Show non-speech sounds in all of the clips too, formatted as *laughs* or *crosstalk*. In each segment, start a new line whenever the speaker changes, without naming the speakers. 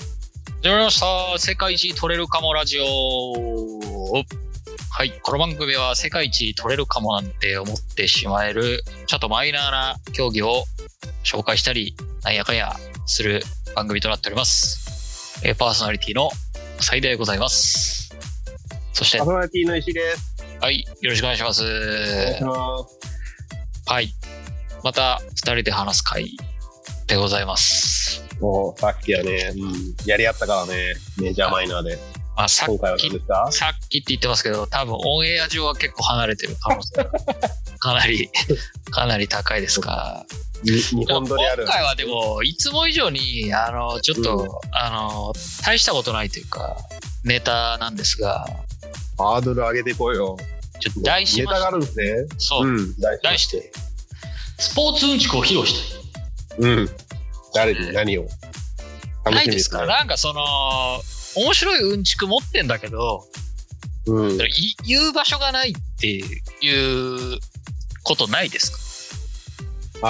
始まりました。世界一取れるかもラジオ。はい。この番組は世界一取れるかもなんて思ってしまえる、ちょっとマイナーな競技を紹介したり、なんやかんやする番組となっております。えーパーソナリティの最大でございます。そして
パー、ソナリティの石井です。
はい。よろしくお願いします。
お願いします。
はい。また、二人で話す会でございます。
もうさっきはね、うん、やり合ったからね、メジャーマイナーで。
まあ、さっ
今回は
き
何ですか
さっきって言ってますけど、多分オンエア上は結構離れてる可能
*laughs*
性がかなり、かなり高いですが、
に日本撮りある
今。回はでも、いつも以上に、あの、ちょっと、あの、大したことないというか、ネタなんですが、
ハードル上げてこいよ。
ちょっと題し
ネ
ま
タ
し
があ
て、
るんですね。
そう、
ん、題
題して、スポーツうんちくを披露したい。
うん。誰に何を楽
な
し
い
み
で
ですす
か
ね。
なんかその、面白いうんちく持ってんだけど、
うん。
い言う場所がないっていうことないですか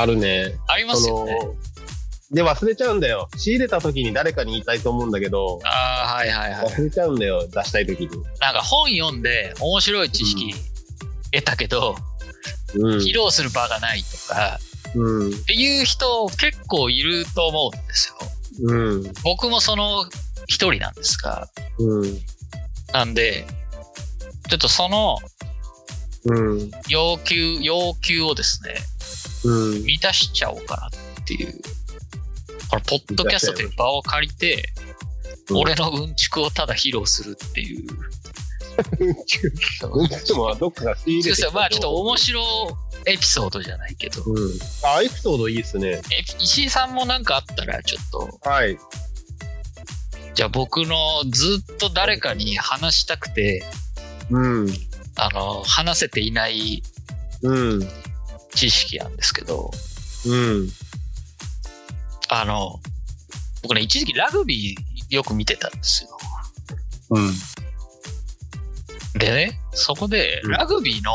あるね。
ありますよね。
で、忘れちゃうんだよ。仕入れた時に誰かに言いたいと思うんだけど、
ああ、はいはいはい。
忘れちゃうんだよ、出したい時に。
なんか本読んで面白い知識得たけど、
うん
披。露する場がないとか
うん。
っていう人結構いると思うんですよ。
うん。
僕もその一人なんですが、
うん。
なんで、ちょっとその
うん。
要求、要求をですね、
うん。
満たしちゃおうかなっていう。このポッドキャストという場を借りて、
うん
俺のうんちくをただ披露するって
*laughs*
いう。
うんちくもどっかが仕入れ
そう
て
そうまあちょっと面白エピソードじゃないけど、
うん。あ、エピソードいいですね。
え石井さんもなんかあったらちょっと、
はい。
じゃあ僕のずっと誰かに話したくて、
うん。
あの、話せていない
うん。
知識なんですけど、
うん。
あの、僕ね、一時期ラグビーよく見てたんですよ。
うん。
でね、そこで
うん
ラグビーの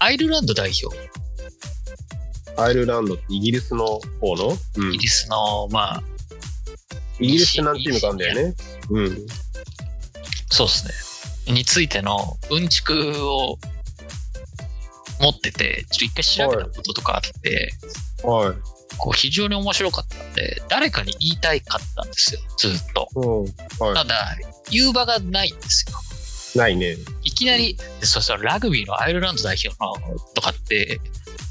アイルランド代表、
アイルランドってイギリスの方の、うん
イギリスの、まあ、
イギリスって何チームかあんだよね。うん。
そうですね、についてのうんちくを持ってて、ちょっと一回調べたこととかあって、
はい。
こう非常に面白かったんで、誰かに言いたいかったんですよ、ずっと。
うん。は
ただ、言う場がないんですよ。
い。ないね。
いきなり、そうそう、ラグビーのアイルランド代表のとかって、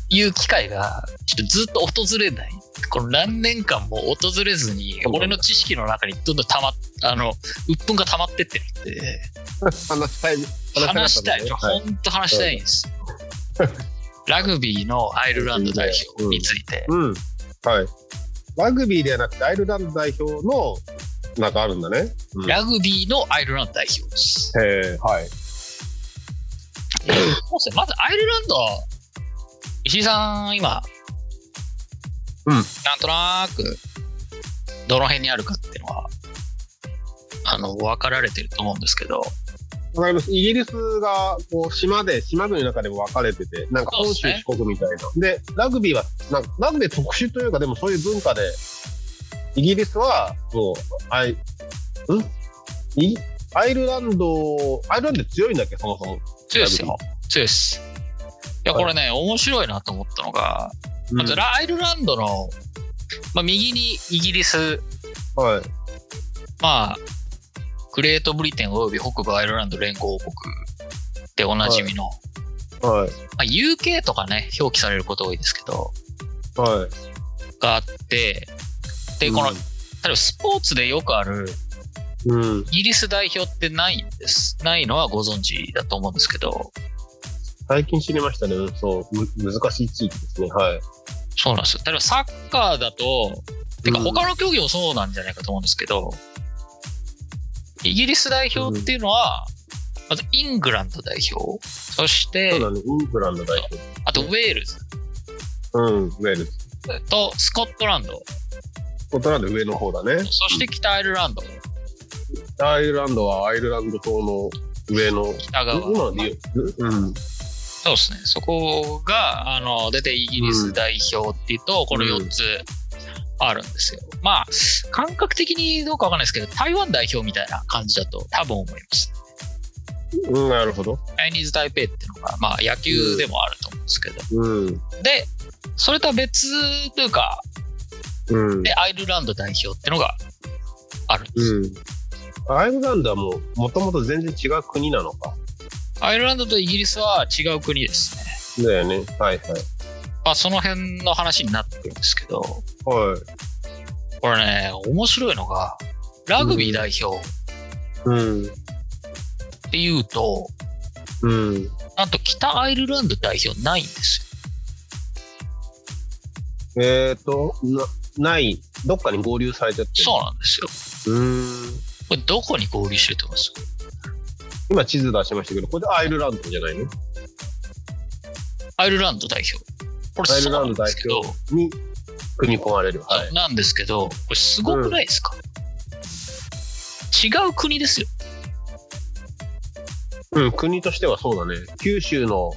いう機会が、ちょっとずっと訪れない。この何年間も訪れずに、
うん
俺の知識の中にどんどん溜まっ、あの、鬱憤が溜まってってるんで、
話したい。
話したい。
かったんだね
ほんと話したいんですよ。ラグビーのアイルランド代表について。
はい。うん。はい。ラグビーではなくて、アイルランド代表の、なんかあるんだね。うん、へ
ラグビーのアイルランド代表です。
え、はい。
そうですねまずアイルランド、石井さん、今、
うん
なんとなく、どの辺にあるかっていうのは、あの、分かられてると思うんですけど、
わかります。イギリスが、こう、島で、島国の中でも分かれてて、なんか本
そう
州
ですね
四国みたいな。で、ラグビーは、なんかラグビーは特殊というか、でもそういう文化で、イギリスは、そう、アイ、んいアイルランド、アイルランド強いんだっけ、そもそも。
強いですよ。強いです。いや、これね、面白いなと思ったのが、
うん
まずアイルランドの、まあ、右にイギリス、
はい。
まあ、グレートブリテン及び北部アイルランド連合王国でおなじみの、
はい。
まあ、UK とかね、表記されること多いですけど、
はい。
があって、で、この、例えばスポーツでよくある、
うん、うん。
イギリス代表ってないんです。ないのはご存知だと思うんですけど、
最近知りましたね。うんそう。む難しい地域ですね。はい。
そうなんですよ。例えばサッカーだと、てか
うん
他の競技もそうなんじゃないかと思うんですけど、イギリス代表っていうのは、まずイングランド代表、そして
そう、だね。イングランド代表。
あとウェールズ
うん。ウェールズ。
とスコットランド、
スコットランド上の方だね。
そして北アイルランド、
アイルランドはアイルランド島の上の
北側。
今の理由、うん、
そうですね。そこが、あの、出てイギリス代表っていうと、この4つ。あるんですよ。まあ、感覚的にどうかわかんないですけど、台湾代表みたいな感じだと多分思います。
うん、なるほど。
チャイニーズ・タイペイっていうのが、まあ、野球でもあると思うんですけど。
うん。
で、それとは別というか、
うん。
で、アイルランド代表っていうのがあるんです。
うん。アイルランドはもう、もともと全然違う国なのか。
アイルランドとイギリスは違う国ですね。
だよね。はいはい。
まあ、その辺の話になってくるんですけど、こ
はい。
れね、面白いのが、ラグビー代表
うん。
っていうと、
うん。
なんと北アイルランド代表ないんですよ。
えっ、ー、と、な、ない、どっかに合流されちゃってる。
そうなんですよ。
う。うん。
これどこに合流してると思います
今地図出しましたけど、これでアイルランドじゃないの
アイルランド代表。これ
アイ
そ
ル
うな
ラ
ん
ン
で
ド代
すけど、
表に組み込まれる。は
そう
い。
なんですけど、これすごくないですか、違う国ですよ。
うん、国としてはそうだね。九州の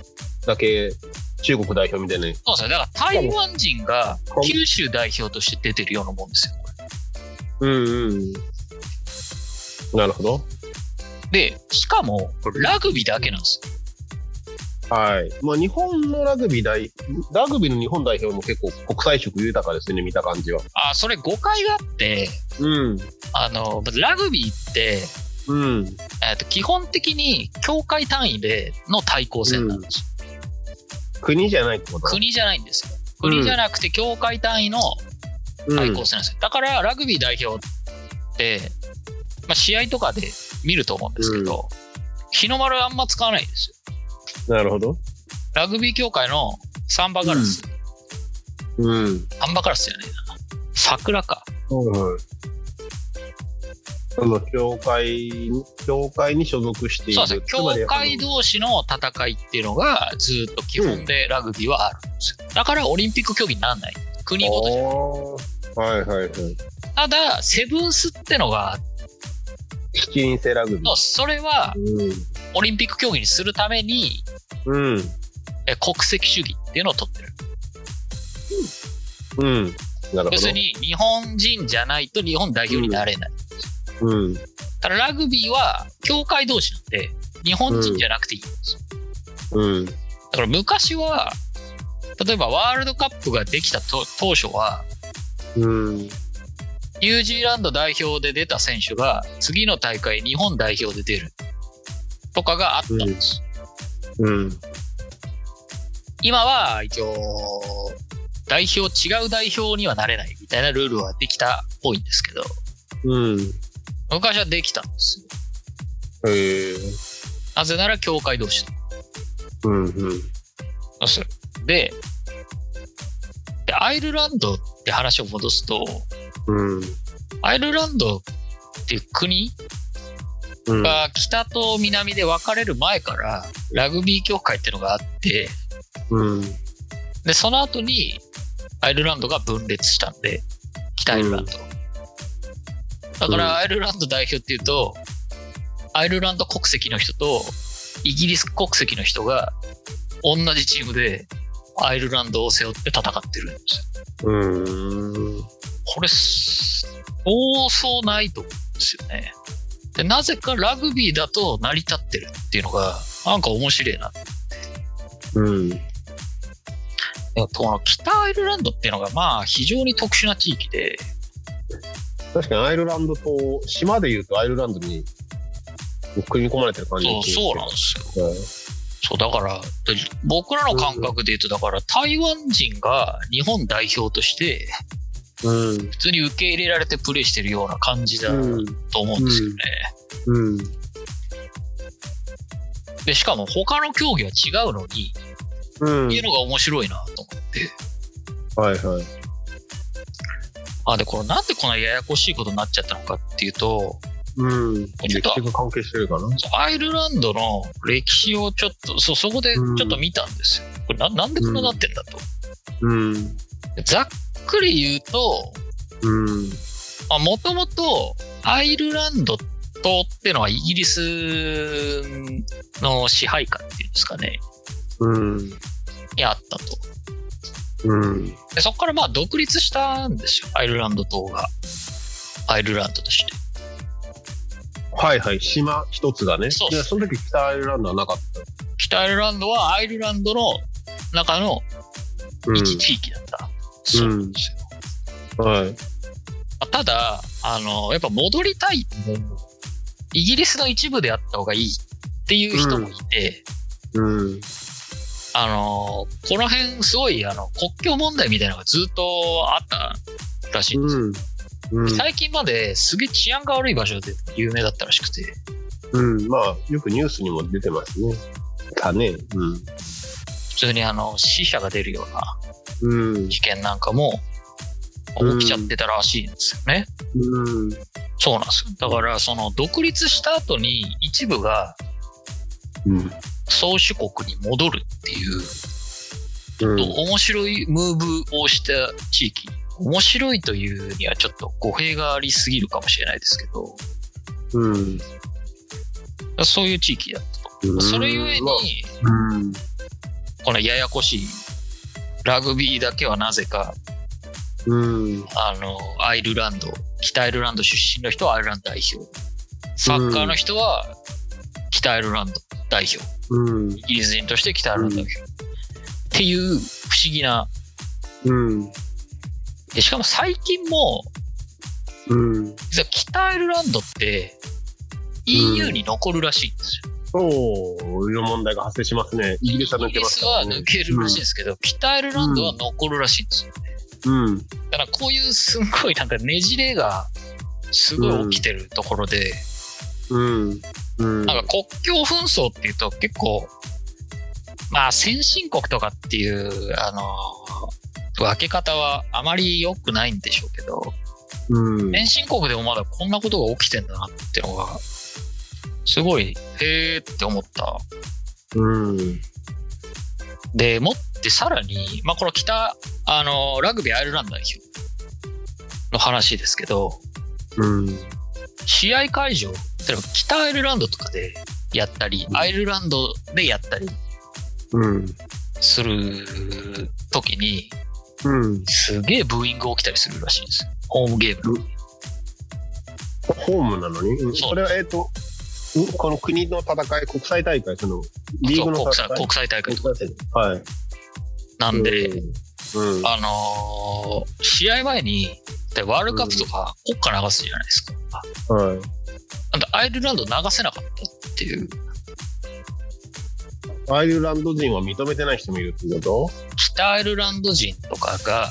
だけ中国代表みた
そ
いな。
うですね。だから台湾人が九州代表として出てるようなもんですよ。こ
うんうん。なるほど。
れで、しかも、これラグビーだけなんですよ。
はい。まあ、日本のラグビー代、ラグビーの日本代表も結構国際色豊かですね、見た感じは。
あ、それ誤解があって、
うん。
あの、ラグビーって、
うん。
えっと基本的に協会単位での対抗戦なんですよ。
国じゃないってこと
国じゃないんですよ。国じゃなくて協会単位の対抗戦なんですよ。だからラグビー代表って、まあ、試合とかで見ると思うんですけど、日の丸あんま使わないんですよ。
うん。なるほど。
ラグビー協会のサンバガラス、
うん。
サンバガラスじゃねえな。桜か。
はい。その教会、教会に所属している。
そうですね。
つまり
協会同士の戦いっていうのがずっと基本でラグビーはあるんですよ。だからオリンピック競技にならない。国ごとじゃ
あーはいはいはい。
ただ、セブンスってのがあって、
七人制ラグビー。
それはオリンピック競技にするために、
うん。うん。
え国籍主義っていうのを取ってる。
うん。なるほど
要する。に日本人じゃないと日本代表になれない。
うん。
ただラグビーは協会同士なんで日本人じゃなくていいんですよ。
うん。
だから昔は例えばワールドカップができたと当初は
うん。
ニュージーランド代表で出た選手が次の大会日本代表で出るとかがあったんです。
うん。
今は一応代表違う代表にはなれないみたいなルールはできたっぽいんですけど
うん。
昔はできたんですよ。
へえ。
なぜなら協会同士
うんうん。
そうででアイルランドって話を戻すと
うん。
アイルランドっていう国
うん。
が北と南で分かれる前からラグビー協会っていうのがあって
うん。
でその後にアイルランドが分裂したんで北アイルランド、だか
うん
らアイルランド代表っていうとアイルランド国籍の人とイギリス国籍の人が同じチームでアイルランドを背負って戦ってるんですよ
うん。
これ、すそうそうないと思うんですよね。で、なぜかラグビーだと成り立ってるっていうのが、なんか面白いな。
うん。
この北アイルランドっていうのが、まあ、非常に特殊な地域で、
確かにアイルランドと、島でいうとアイルランドに組み込まれてる感じ
そうそうなんですよ。
うん
そう、だから、で僕らの感覚で言うと、だから、台湾人が日本代表として、
うん。
普通に受け入れられてプレーしてるような感じだと思うんですよね。
うん。
で、しかも、他の競技は違うのに、
うん。
っていうのが面白いなと思って。
はいはい。
あ、で、これなんでこんなややこしいことになっちゃったのかっていうと、
うん。
ちょっ
歴
と
史が関係してるかな。
アイルランドの歴史をちょっと、そ、そこでちょっと見たんですよ。これななんでこんななってんだと。
うん。
ざっくり言うと、
うん。
まあ、もともとアイルランド島ってのはイギリスの支配下っていうんですかね、
うん。
にあったと。
うん。
でそこからまあ独立したんですよアイルランド島がアイルランドとして
はいはい、島一つがね。
そう
いや、その時北アイルランドはなかった。
北アイルランドはアイルランドの中の
うん
一地域だった、そうなんですよ
はい。
まあただあのやっぱ戻りたいイギリスの一部であった方がいいっていう人もいて、
うん。
あのこの辺すごいあの国境問題みたいなのがずっとあったらしいんですよ、
うん。うん。
最近まですげえ治安が悪い場所で有名だったらしくて
うん。まあ、よくニュースにも出てますね。だね。
普通にあの死者が出るような
うん。うん。
事件なんかも
うん
起きちゃってたらしいんですよね、
うん。
そうなんですよだからその独立した後に一部が
うん。
宗主国に戻るっていう
うん。
面白いムーブをした地域面白いというにはちょっと語弊がありすぎるかもしれないですけど
うん。
そういう地域だったと、
うん
それゆえに
うん。
このややこしいラグビーだけはなぜか
うん。
あのアイルランド北アイルランド出身の人はアイルランド代表サッカーの人は北アイルランド代表
うん。
イギリス人として北アイルランド代表、っていう不思議な
うん。
でしかも最近も
うん。
実は北アイルランドって
うん
EU に残るらしいんですよ。
そういう問題が発生しますね。イギリスは抜
イ
け
ギリ
ま
ス
す
は抜けるらしいんですけど、北アイルランドは残るらしいんですよ。
うん。
だからこういうすんごいなんかねじれがすごい起きてるところで、
うん。うん。
なんか国境紛争っていうと結構まあ先進国とかっていうあの分け方はあまり良くないんでしょうけど、
うん。
先進国でもまだこんなことが起きてんだなってのがすごいへーって思った
うん。
でもってさらに、まあ、この北あのラグビーアイルランド代表の話ですけど
うん。
試合会場例えば北アイルランドとかでやったり、
うん
アイルランドでやったり
うん。
する時に
うん。
すげえブーイング起きたりするらしいんですよホームゲームの
ホームなのに、うん
そう
それは、えっ、と、んこの国の戦い、国際大会、その、リーグ
そう
の
国際
戦い
国。際大会とか
国際大会。はい。
なんで、
うん、うん。
あのー試合前にでワールドカップとか国歌流すじゃないですか。
は
な
い。
んでアイルランド流せなかったっていう
アイルランド人は認めてない人もいるってこ
北アイルランド人とかが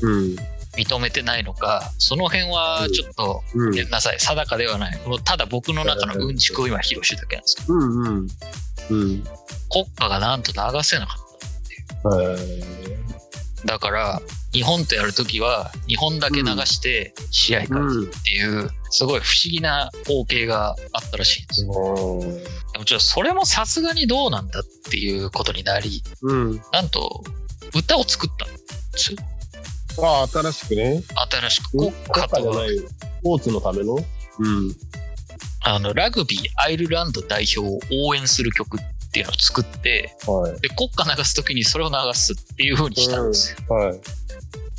とうん。
認めてないのかその辺はちょっと
うん
ご。めんなさい定かではないもうただ僕の中のうんちくを今披露してるだけなんですけど
うんうん。うん。
国歌がなんと流せなかっ
はい。
ただから日本とやるときは日本だけ流して試合
う
会
ん。
っていうすごい不思議な光景があったらしいんですよでもちょっとそれもさすがにどうなんだっていうことになり
うん。
なんと歌を作ったんですよ
ああ、新しくね。
新しく国歌とは
国家じゃない。スポーツのための。うん。
あのラグビーアイルランド代表を応援する曲っていうのを作って
はい。
で国歌流す時にそれを流すっていう風にしたんですよ、
はい。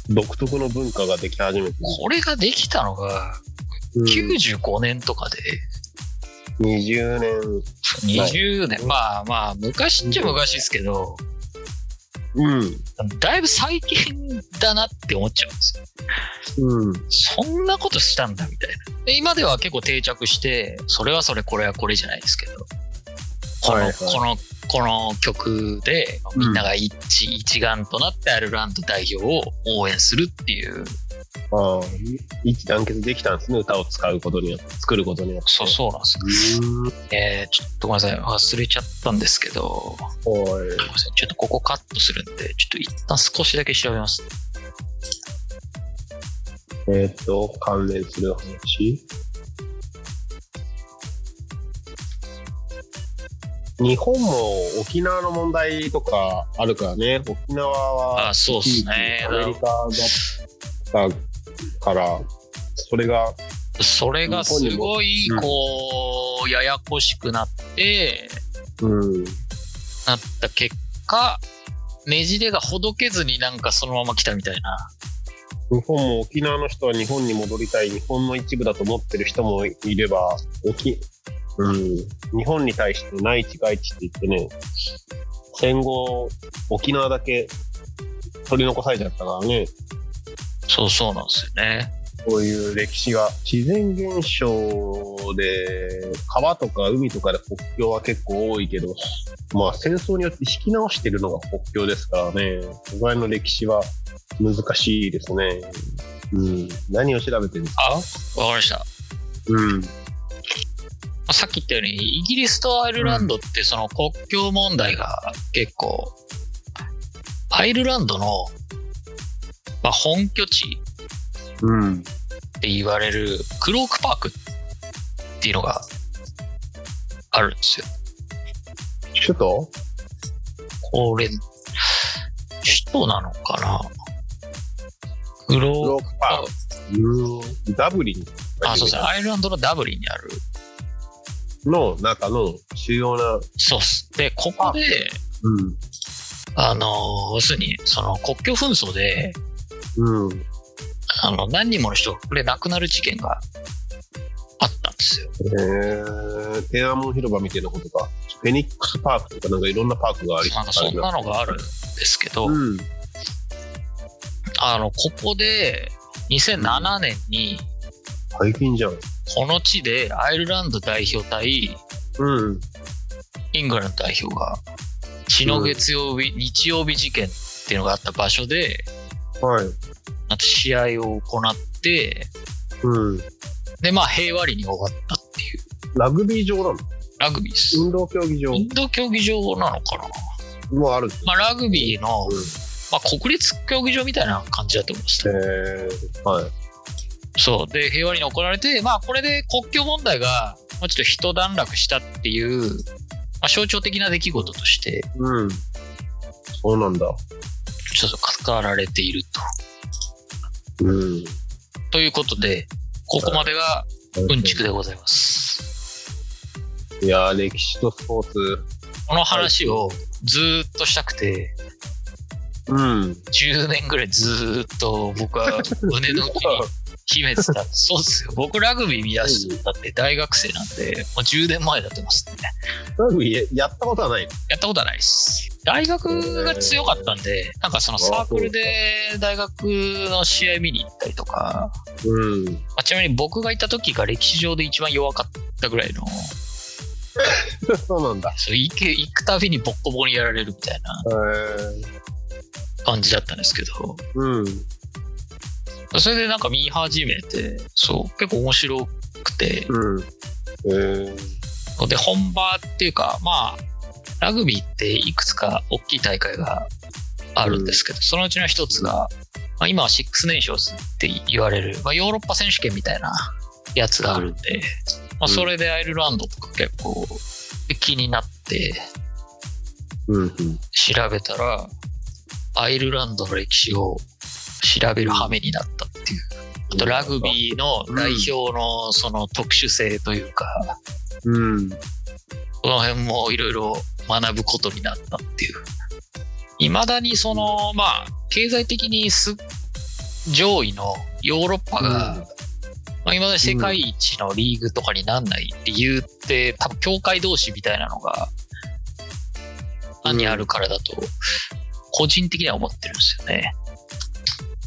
独特の文化ができ始めて。
これができたのが
うん、
95年とかで
20年。
20年、まあまあ昔っちゃ昔ですけど
うん。
だいぶ最近だなって思っちゃうんですよ
うん。
そんなことしたんだみたいな。で今では結構定着して、それはそれ、これはこれじゃないですけど、この、
はいはい
この、この曲でみんなが一,、一丸となってアイルランド代表を応援するっていう、
ああ、一致団結できたんですね、歌を使うことによって、作ることによって。
そうそうなんですよ。
う。
えー、ちょっとごめんなさい、忘れちゃったんですけど、
おい。
ごめんなさいちょっとここカットするんで、ちょっと一旦少しだけ調べます。
えーっと、関連する話。日本も沖縄の問題とかあるからね、沖縄は
あ、そうですね
ア。メリカだったから、それが、
それがすごい、こう、ややこしくなって、
うん、
なった結果、ねじれがほどけずになんかそのまま来たみたいな。
日本も沖縄の人は日本に戻りたい日本の一部だと思ってる人もいれば沖、うん、日本に対して内地外地って言ってね戦後沖縄だけ取り残されちゃったからね
そうそうなんですよね。
そういう歴史が自然現象で川とか海とかで国境は結構多いけどまあ戦争によって引き直してるのが国境ですからねそこら辺の歴史は難しいですね。うん、何を調べてるんです
あ
か
わかりました。
うん
まあさっき言ったようにイギリスとアイルランドってその国境問題が結構アイルランドの、まあ、本拠地
うん
って言われるクロークパークっていうのがあるんですよ。
首都
これ首都なのかなクロー
ブロックパークダブリン
あそうですねアイルランドのダブリンにある
の中の主要な、
そうっすでここであの要するにその国境紛争で
うんうん、
あの何人もの人がこれ亡くなる事件があったんですよ
えー、天安門広場みたいなことかフェニックスパークとかなんかいろんなパークがあり
なんかそんなのがあるんですけど、
うん
あのここで2007年に
最近じゃん
この地でアイルランド代表対
うん
イングランド代表が血の月曜日、日曜日事件っていうのがあった場所で
はい
あと試合を行って
うん
でまあ平和裏に終わったっていう
ラグビー場なの
ラグビーです、
運動競技場
インド競技場なのかな、
もあるんですよ
まあ、ラグビーの
う、ん
まあ、国立競技場みたいな感じだと思います
えー、はい
そう。で、平和に行われて、まあ、これで国境問題が、まあ、ちょっと一段落したっていう、まあ、象徴的な出来事として、
うんそうなんだ
ちょっと語られていると。
うん
ということで、ここまでがうんちくでございます。
いやー歴史とスポーツ
この話をずーっとしたくて、
うん
10年ぐらいずーっと僕は胸の内に秘めてた。そうっすよ。僕ラグビー見出したって大学生なんで、もう10年前だと思いますね。
ラグビーやったことはない
やったことはないです。大学が強かったんで、なんかそのサークルで大学の試合見に行ったりとか、
うん
まあちなみに僕が行った時が歴史上で一番弱かったぐらいの、
*laughs* そうなんだ。
そう行け行くたびにボッコボコにやられるみたいな
へ
感じだったんですけど、
うん。
それでなんか見始めて、そう、結構面白くて、
うん。え
で、本場っていうか、まあ、ラグビーっていくつか大きい大会があるんですけど、そのうちの一つが、まあ、今はシックスネーションズって言われる、まあ、ヨーロッパ選手権みたいなやつがあるんで、まあ、それでアイルランドとか結構気になって
うん。うん。
調べたら、アイルランドの歴史を調べる羽目になったっていう。あとラグビーの代表のその特殊性というか、
うん。
この辺もいろいろ学ぶことになったっていう。いまだにその、まあ、経済的にす上位のヨーロッパが、まあ、いまだに世界一のリーグとかになんない理由って、多分、協会同士みたいなのが、単にあるからだと、個人的には思ってるんですよね。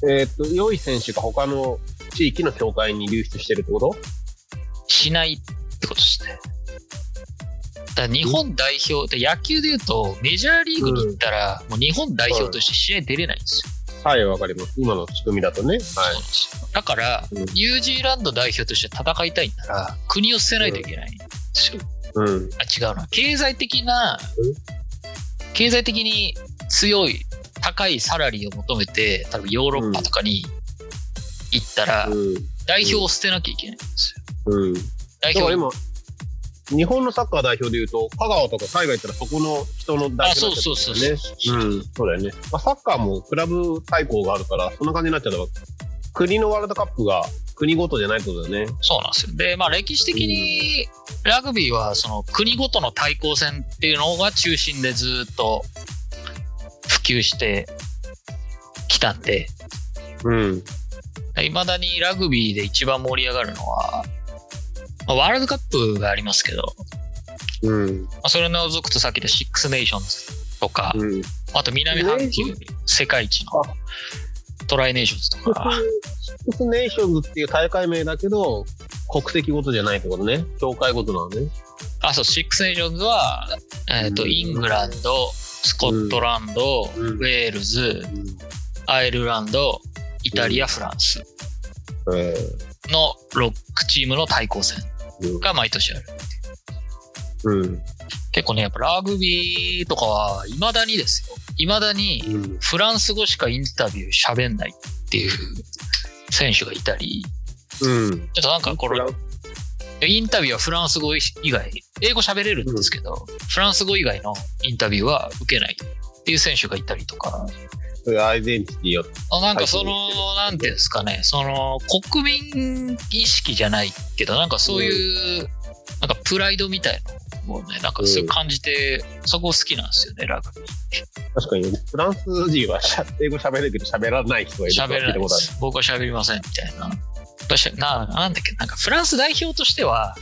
えーっと、良い選手が他の地域の協会に流出してるってこと
しないってことですね。だから日本代表、で野球で言うと、メジャーリーグに行ったら、もう日本代表として試合出れないんですよ
はい、わかります。今の仕組みだとね。はい。
そうなんですよだから、
うん
ニュージーランド代表として戦いたいんなら、国を捨てないといけないんですよ。
うん。
あ、違うな。経済的な
うん、
経済的に強い、高いサラリーを求めて、多分ヨーロッパとかに行ったら、代表を捨てなきゃいけないんですよ。
うん。うん。
代
だから
表
今、日本のサッカー代表でいうと、香川とか海外行ったらそこの人の代
あ、
表に
そう
なっち
そ
ゃ
うそうう
からね。
そう。
うん、そうだよね。まあ、サッカーもクラブ対抗があるから、そんな感じになっちゃう国のワールドカップが国ごとじゃないってことだよね。
そうなんですよ。で、まあ歴史的にラグビーはその国ごとの対抗戦っていうのが中心でずっと普及してきたんで、
うん。
いまだにラグビーで一番盛り上がるのは、まあワールドカップがありますけど、
うん。
まあそれを除くとさっきのシックスネーションズとか、
うん。
あと南半球世界一のトライネーションズとか、
シックスネーションズっていう大会名だけど、国籍ごとじゃないってことね。協会ごとなのね。
あ、そう、シックスネーションズは、えっ、と、
うん
イングランド、スコットランド、
うん
ウェールズ、アイルランド、イタリア、フランス
うん。え
の6チームの対抗戦が毎年ある。
うん。
結構ね、やっぱラグビーとかは、未だにですよ。未だに、
うん。
フランス語しかインタビュー喋んないっていう選手がいたり、
うん。
ちょっとなんかこれ、インタビューはフランス語以外、英語喋れるんですけど、フランス語以外のインタビューは受けないっていう選手がいたりとか、
そういうアイデンティティを。
あなんかそ
はい
の、なんていうんですかね、その、国民意識じゃないけど、なんかそういう、なんかプライドみたいなのをね、なんかそう感じて、そこ好きなんですよね、ラグビー。
確かに、フランス人はしゃ英語喋れるけど喋らない人がいるとは
喋れ
聞
ない
た
い
こ
で
とある。
す。僕は喋りませんみたいな。私ななんだっけなんかフランス代表としては、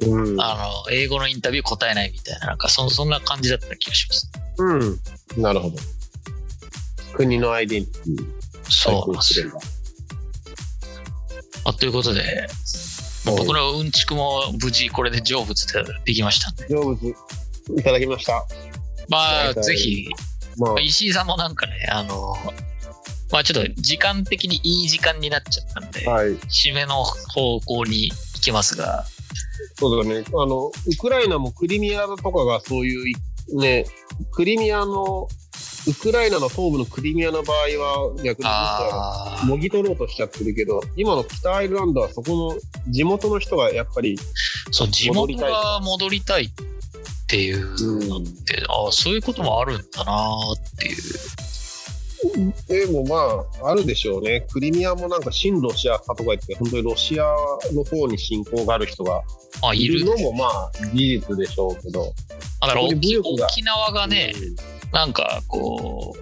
うん。
あの英語のインタビュー答えないみたいななんかそそんな感じだった気がします。
うん。なるほど。国のアイデンティティ
そうなんですすよ。
るんだ。
あということで、
はい
僕のうんちくも無事これで成仏できましたんで、
成仏いただきました。
ま
は
あ
いはい
ぜひ
まあ、
石井さんもなんかねあのまあちょっと時間的にいい時間になっちゃったんで、
はい。
締めの方向に行きますが、
そうだね。あの、ウクライナもクリミアとかがそういう、ね、クリミアの、ウクライナの東部のクリミアの場合は逆にロシアが
あー
もぎ取ろうとしちゃってるけど、今の北アイルランドはそこの地元の人がやっぱり、
そう地元が戻りたいっていうのって、ああそういうこともあるんだなっていう
でもまあ、あるでしょうね。クリミアもなんか親ロシア派とか言って、本当にロシアの方に信仰がある人が
あい
い
る
るのもまあ事実でしょうけど。
あだから
そこに
沖
武力が
沖縄がね、なんかこう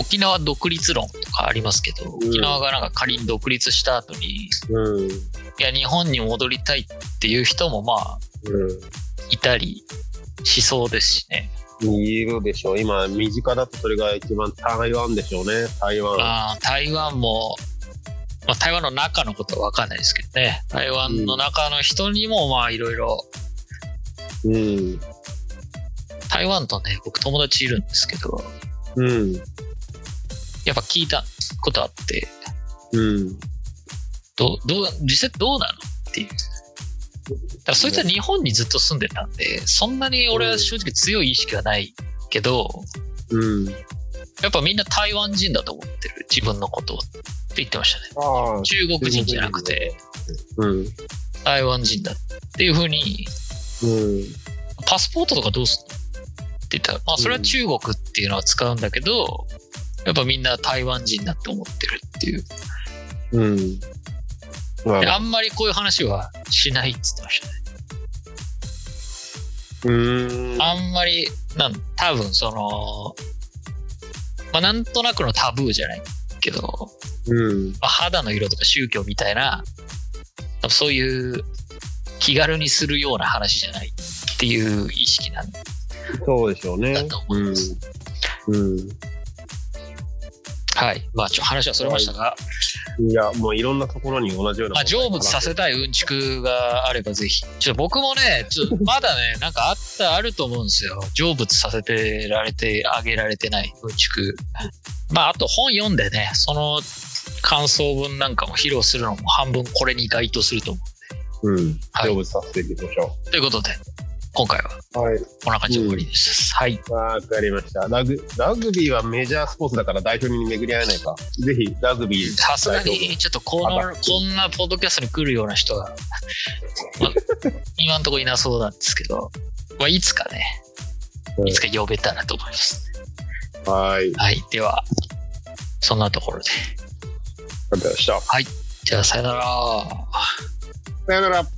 沖縄独立論とかありますけど、
ん
沖縄がなんか仮に独立した後にい
うん、うん、
や日本に戻りたいっていう人もまあ
うん。
いたりしそうですしね、
いるでしょう。今、身近だとそれが一番台湾でしょうね。台湾。
ああ台湾も、まあ、台湾の中のことは分かんないですけどね台湾の中の人にもまあいろいろ
うん。
台湾とね僕友達いるんですけど
うん。
やっぱ聞いたことあって
うん。
どうどう実際どうなのっていうだからそいつは日本にずっと住んでたんでそんなに俺は正直強い意識はないけど
うん。
やっぱみんな台湾人だと思ってる自分のことをって言ってましたね
ああ。
中国人じゃなくて。
うん。
台湾人だっていうふうに
うん。
パスポートとかどうすんのって言ったら、まあ、それは中国っていうのは使うんだけどやっぱみんな台湾人だって思ってるっていう
うん。ま
で
あ、
あんまりこういう話はしないって言ってましたね。
うん。
あんまり、なん多分その、まあ、なんとなくのタブーじゃないけど、
うん。
まあ、肌の色とか宗教みたいな、多分そういう気軽にするような話じゃないっていう意識なんだ
そうでしょうね。
と思
う
い
ん
ます。。
う
はい。まあ、ちょ話はそれましたが、
ん。いや、もういろんなところに同じような。
まあ、成仏させたいうんちくがあればぜひ。ちょっと僕もね、ちょっとまだね、 *laughs* なんかあった、あると思うんですよ。成仏させてられて、あげられてないうんちく。まあ、あと本読んでね、その感想文なんかも披露するのも半分これに該当すると思
うん。
はい
成仏させていきましょ
う。ということで、今回は
う。はい。
こんな感じで終わりです。はい。
わかりました。ラグ、ラグビーはメジャースポーツだから代表に巡り合えないか。ぜひ、ラグビー。
さすがに、ちょっとこの、こんなポッドキャストに来るような人が、まあ今んとこいなそうなんですけど、まあ、いつかね、いつか呼べたらと思います。
はい。
はい、では、そんなところで。
わかりました。
じゃあ、さよなら。
さよなら。